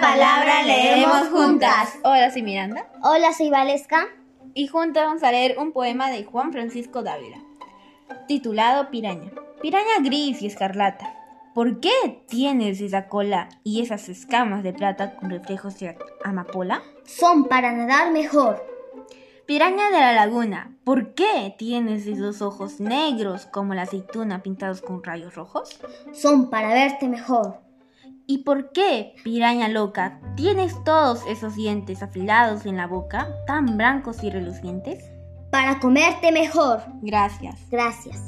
palabra leemos juntas. Hola, soy Miranda. Hola, soy Valesca. Y juntos vamos a leer un poema de Juan Francisco Dávila, titulado Piraña. Piraña gris y escarlata. ¿Por qué tienes esa cola y esas escamas de plata con reflejos de amapola? Son para nadar mejor. Piraña de la laguna, ¿por qué tienes esos ojos negros como la aceituna pintados con rayos rojos? Son para verte mejor. ¿Y por qué, piraña loca, tienes todos esos dientes afilados en la boca, tan blancos y relucientes? Para comerte mejor. Gracias. Gracias.